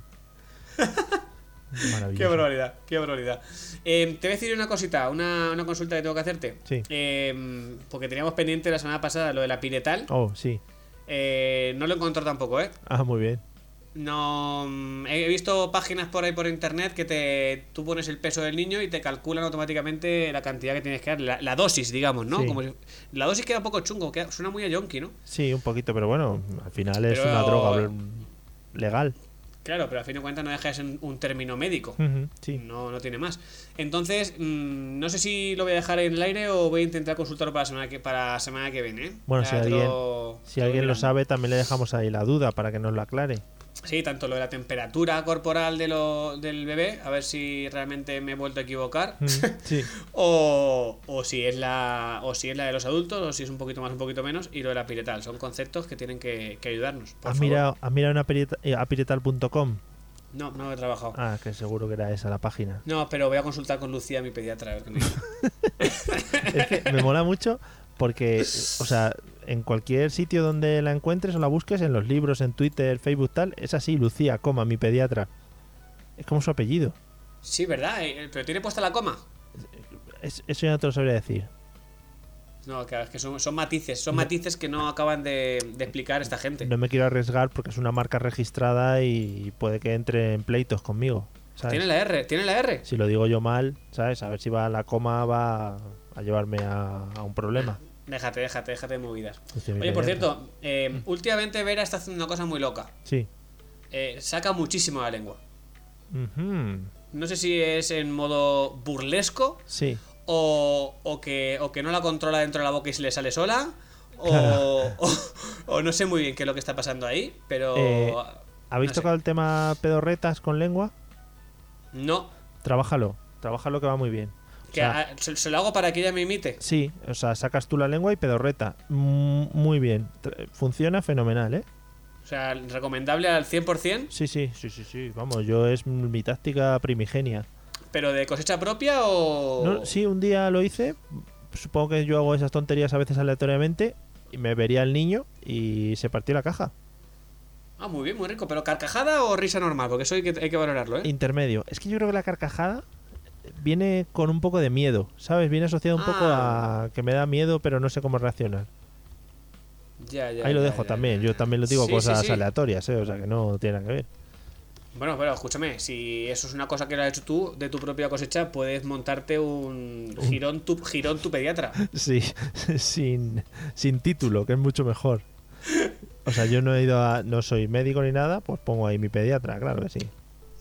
Speaker 1: Maravilloso.
Speaker 2: Qué barbaridad, qué barbaridad. Eh, te voy a decir una cosita, una, una consulta que tengo que hacerte.
Speaker 1: Sí.
Speaker 2: Eh, porque teníamos pendiente la semana pasada lo de la piretal.
Speaker 1: Oh, sí.
Speaker 2: Eh, no lo encontró tampoco, ¿eh?
Speaker 1: Ah, muy bien.
Speaker 2: No. mm, He visto páginas por ahí por internet que te tú pones el peso del niño y te calculan automáticamente la cantidad que tienes que dar, la, la dosis, digamos, ¿no?
Speaker 1: Sí.
Speaker 2: Como si- la dosis queda un poco chungo, queda- suena muy a yonki, ¿no?
Speaker 1: Sí, un poquito, pero bueno, al final es
Speaker 2: Pero- eh,
Speaker 1: una droga legal.
Speaker 2: Claro, pero a fin de cuentas no deja de ser un, un término médico.
Speaker 1: Ujú, Sí.
Speaker 2: No, no tiene más. Entonces, mm, no sé si lo voy a dejar en el aire o voy a intentar consultarlo para la semana que, para la semana que viene. ¿eh?
Speaker 1: Bueno,
Speaker 2: Ya
Speaker 1: si
Speaker 2: te
Speaker 1: alguien-
Speaker 2: lo- te
Speaker 1: Si
Speaker 2: lo voy
Speaker 1: alguien lo
Speaker 2: mirando.
Speaker 1: sabe, también le dejamos ahí la duda para que nos lo aclare.
Speaker 2: Sí, tanto lo de la temperatura corporal de lo, del bebé, a ver si realmente me he vuelto a equivocar.
Speaker 1: Mm, Sí.
Speaker 2: O, o si es la o si es la de los adultos o si es un poquito más un poquito menos y lo de la piretal son conceptos que tienen que, que ayudarnos por
Speaker 1: ¿Has
Speaker 2: favor.
Speaker 1: mirado, ¿Has mirado en apireta- eh, apiretal.com?
Speaker 2: no no he trabajado
Speaker 1: Ah, que seguro que era esa la página.
Speaker 2: no pero voy a consultar con Lucía mi pediatra a ver qué me dice.
Speaker 1: Es que me mola mucho porque, o sea, en cualquier sitio donde la encuentres o la busques, en los libros, en Twitter, Facebook, tal, es así, Lucía, coma, mi pediatra. Es como su apellido.
Speaker 2: Sí, ¿verdad? Eh, Pero tiene puesta la coma.
Speaker 1: Es- eso ya no te lo sabría decir.
Speaker 2: No, claro, es que son, son matices, son matices que no acaban de, de explicar esta gente.
Speaker 1: No me quiero arriesgar porque es una marca registrada y puede que entre en pleitos conmigo. ¿sabes?
Speaker 2: Tiene la R, tiene la R.
Speaker 1: Si lo digo yo mal, ¿sabes? A ver si va a la coma, va a llevarme a, a un problema.
Speaker 2: Déjate, déjate, déjate de movidas.
Speaker 1: Hostia, mira,
Speaker 2: Oye, por
Speaker 1: ya
Speaker 2: cierto,
Speaker 1: Mm.
Speaker 2: eh, últimamente Vera está haciendo una cosa muy loca.
Speaker 1: Sí.
Speaker 2: Eh, saca muchísimo la lengua.
Speaker 1: Ujú.
Speaker 2: No sé si es en modo burlesco
Speaker 1: Sí.
Speaker 2: o, o que, o que no la controla dentro de la boca y se le sale sola. O, o- o no sé muy bien qué es lo que está pasando ahí, pero...
Speaker 1: Eh, ¿Habéis
Speaker 2: no sé.
Speaker 1: tocado el tema pedorretas con lengua?
Speaker 2: No,
Speaker 1: Trabájalo. Trabájalo que va muy bien. O
Speaker 2: que
Speaker 1: sea,
Speaker 2: a- se, se lo hago para que ella me imite.
Speaker 1: Sí, o sea, sacas tú la lengua y pedorreta. Mm, Muy bien. Tra- Funciona fenomenal, ¿eh?
Speaker 2: O sea, recomendable al 100%,
Speaker 1: Sí, sí, sí, sí, sí. Vamos, yo es mi táctica primigenia.
Speaker 2: pero de cosecha propia o...
Speaker 1: No, sí, un día lo hice. Supongo que yo hago esas tonterías a veces aleatoriamente. Y me vería el niño y se partió la caja.
Speaker 2: Ah, muy bien, muy rico. Pero carcajada o risa normal, porque eso hay que, hay que valorarlo, ¿eh?
Speaker 1: Intermedio. Es que yo creo que la carcajada viene con un poco de miedo, ¿sabes? Viene asociada un poco
Speaker 2: Ah.
Speaker 1: a que me da miedo, pero no sé cómo reaccionar.
Speaker 2: Ya, ya,
Speaker 1: Ahí lo
Speaker 2: ya,
Speaker 1: dejo
Speaker 2: ya,
Speaker 1: también.
Speaker 2: ya.
Speaker 1: Yo también lo digo
Speaker 2: Sí, sí,
Speaker 1: cosas
Speaker 2: sí.
Speaker 1: aleatorias, ¿eh? O sea, que no tiene nada que ver.
Speaker 2: Bueno, pero escúchame, si eso es una cosa que lo has hecho tú, de tu propia cosecha, puedes montarte un girón tu, girón tu pediatra.
Speaker 1: Sí, sin, sin título, que es mucho mejor. O sea, yo no he ido a. No soy médico ni nada, pues pongo ahí mi pediatra, claro que sí.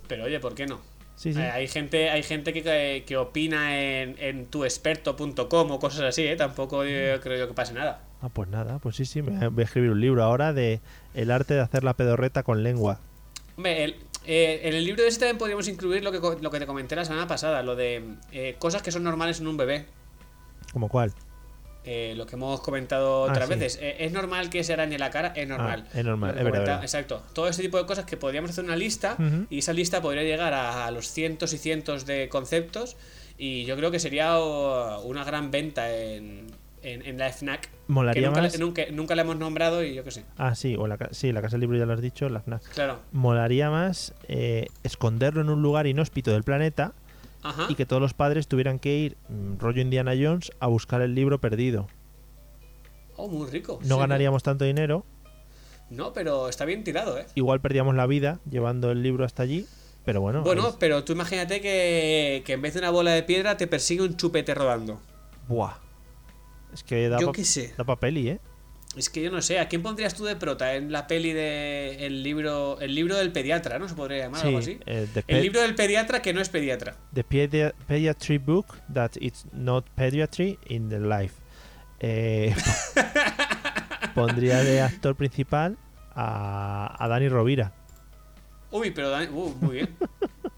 Speaker 2: Pero oye, ¿por qué no?
Speaker 1: Sí, sí.
Speaker 2: Eh, hay gente, hay gente que- que, que opina en, en tuexperto.com o cosas así, ¿eh? Tampoco
Speaker 1: Mm.
Speaker 2: eh, creo yo que pase nada.
Speaker 1: Ah, pues nada, pues sí, sí, me voy a escribir un libro ahora de el arte de hacer la pedorreta con lengua.
Speaker 2: Hombre, el- eh, en el libro de ese también podríamos incluir lo que, co- lo que te comenté la semana pasada, lo de eh, cosas que son normales en un bebé.
Speaker 1: ¿Como cuál?
Speaker 2: Eh, lo que hemos comentado
Speaker 1: Ah,
Speaker 2: otras
Speaker 1: sí. Ah,
Speaker 2: veces. Eh, ¿Es normal que se arañe la cara? Es normal.
Speaker 1: es normal,
Speaker 2: Lo que
Speaker 1: es verdad,
Speaker 2: comenta-
Speaker 1: verdad.
Speaker 2: Exacto. Todo este tipo de cosas que podríamos hacer una lista
Speaker 1: Ujú.
Speaker 2: y esa lista podría llegar a, a los cientos y cientos de conceptos y yo creo que sería oh, una gran venta en, en, en la FNAC.
Speaker 1: Molaría
Speaker 2: que nunca,
Speaker 1: más.
Speaker 2: le- nunca, nunca la hemos nombrado y yo qué sé.
Speaker 1: Ah, sí, o la, ca- sí, la casa del libro ya lo has dicho, la FNAC.
Speaker 2: Claro.
Speaker 1: Molaría más eh, esconderlo en un lugar inhóspito del planeta
Speaker 2: Ajá.
Speaker 1: y que todos los padres tuvieran que ir, mm, rollo Indiana Jones, a buscar el libro perdido.
Speaker 2: Oh, muy rico.
Speaker 1: No
Speaker 2: Sí,
Speaker 1: ganaríamos tanto dinero,
Speaker 2: No, pero está bien tirado, ¿eh?
Speaker 1: igual perdíamos la vida llevando el libro hasta allí, pero bueno.
Speaker 2: bueno,
Speaker 1: ahí-
Speaker 2: pero tú imagínate que, que en vez de una bola de piedra te persigue un chupete rodando.
Speaker 1: Buah. Es que da,
Speaker 2: Yo
Speaker 1: pa-
Speaker 2: qué sé.
Speaker 1: da pa' peli, ¿eh?
Speaker 2: Es que yo no sé, ¿a quién pondrías tú de prota en la peli de el libro el libro del pediatra, no se podría llamar algo así?
Speaker 1: eh, the
Speaker 2: El
Speaker 1: pet-
Speaker 2: libro del pediatra que no es pediatra.
Speaker 1: The pedia- pediatry book that it's not pediatry in the life. Eh, pondría de actor principal a, a Dani Rovira.
Speaker 2: Uy, pero Dani, uh, muy bien.